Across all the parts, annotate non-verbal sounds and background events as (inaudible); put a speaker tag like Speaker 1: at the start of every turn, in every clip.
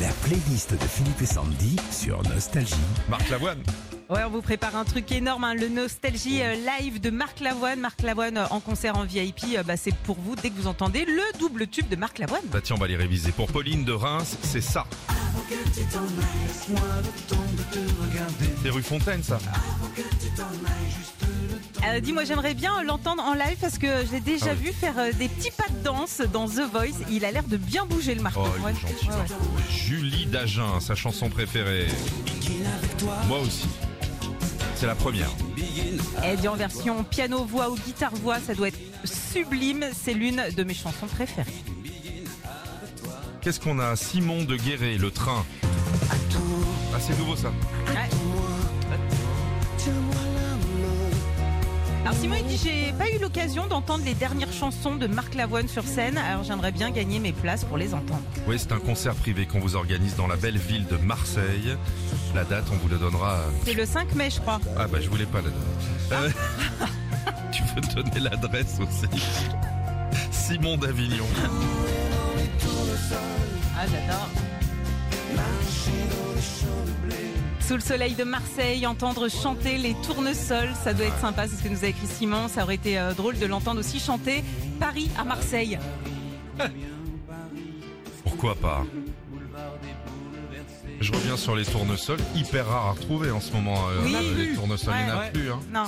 Speaker 1: La playlist de Philippe et Sandy sur Nostalgie.
Speaker 2: Marc Lavoine.
Speaker 3: Ouais, on vous prépare un truc énorme, hein, le Nostalgie euh, Live de Marc Lavoine. Marc Lavoine euh, en concert en VIP, euh, bah, c'est pour vous dès que vous entendez le double tube de Marc Lavoine.
Speaker 2: Bah tiens, on va les réviser. Pour Pauline de Reims, c'est ça. C'est rue Fontaine, ça.
Speaker 3: Euh, Dis-moi, j'aimerais bien l'entendre en live parce que je l'ai déjà
Speaker 2: Ah oui.
Speaker 3: vu faire euh, des petits pas de danse dans The Voice. Il a l'air de bien bouger le Marc
Speaker 2: Oh, il
Speaker 3: Lavoine.
Speaker 2: est gentil.
Speaker 3: Ouais, ouais.
Speaker 2: Julie Dagen, sa chanson préférée. Moi aussi. C'est la première.
Speaker 3: Elle dit Eh en version piano, voix ou guitare, voix, ça doit être sublime. C'est l'une de mes chansons préférées.
Speaker 2: Qu'est-ce qu'on a Simon de Guéret, le train. Ah, c'est nouveau ça.
Speaker 3: Ouais. Alors Simon, il dit j'ai pas eu l'occasion d'entendre les dernières chansons de Marc Lavoine sur scène, alors j'aimerais bien gagner mes places pour les entendre.
Speaker 2: Oui, c'est un concert privé qu'on vous organise dans la belle ville de Marseille. La date, on vous la donnera. euh,
Speaker 3: C'est le 5 mai, je crois.
Speaker 2: Ah bah je voulais pas la donner. Euh, (laughs) tu peux donner l'adresse aussi. Simon d'Avignon.
Speaker 3: Ah, j'adore. Sous le soleil de Marseille, entendre chanter les tournesols, ça doit être sympa, c'est ce que nous a écrit Simon. Ça aurait été euh, drôle de l'entendre aussi chanter Paris à Marseille.
Speaker 2: Pourquoi pas Je reviens sur les tournesols, hyper rares à retrouver en ce moment. euh,
Speaker 3: Oui.
Speaker 2: euh, les tournesols, il n'y en a
Speaker 3: Ouais.
Speaker 2: plus. hein.
Speaker 3: Non,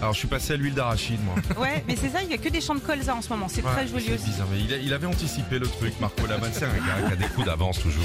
Speaker 2: Alors je suis passé à l'huile d'arachide, moi.
Speaker 3: ouais, mais c'est ça, il n'y a que des chants de colza en ce moment, c'est
Speaker 2: Ouais,
Speaker 3: très joli
Speaker 2: c'est
Speaker 3: aussi.
Speaker 2: bizarre, mais il, a- il avait anticipé le truc, Marco Laman. C'est un gars qui a des coups d'avance toujours.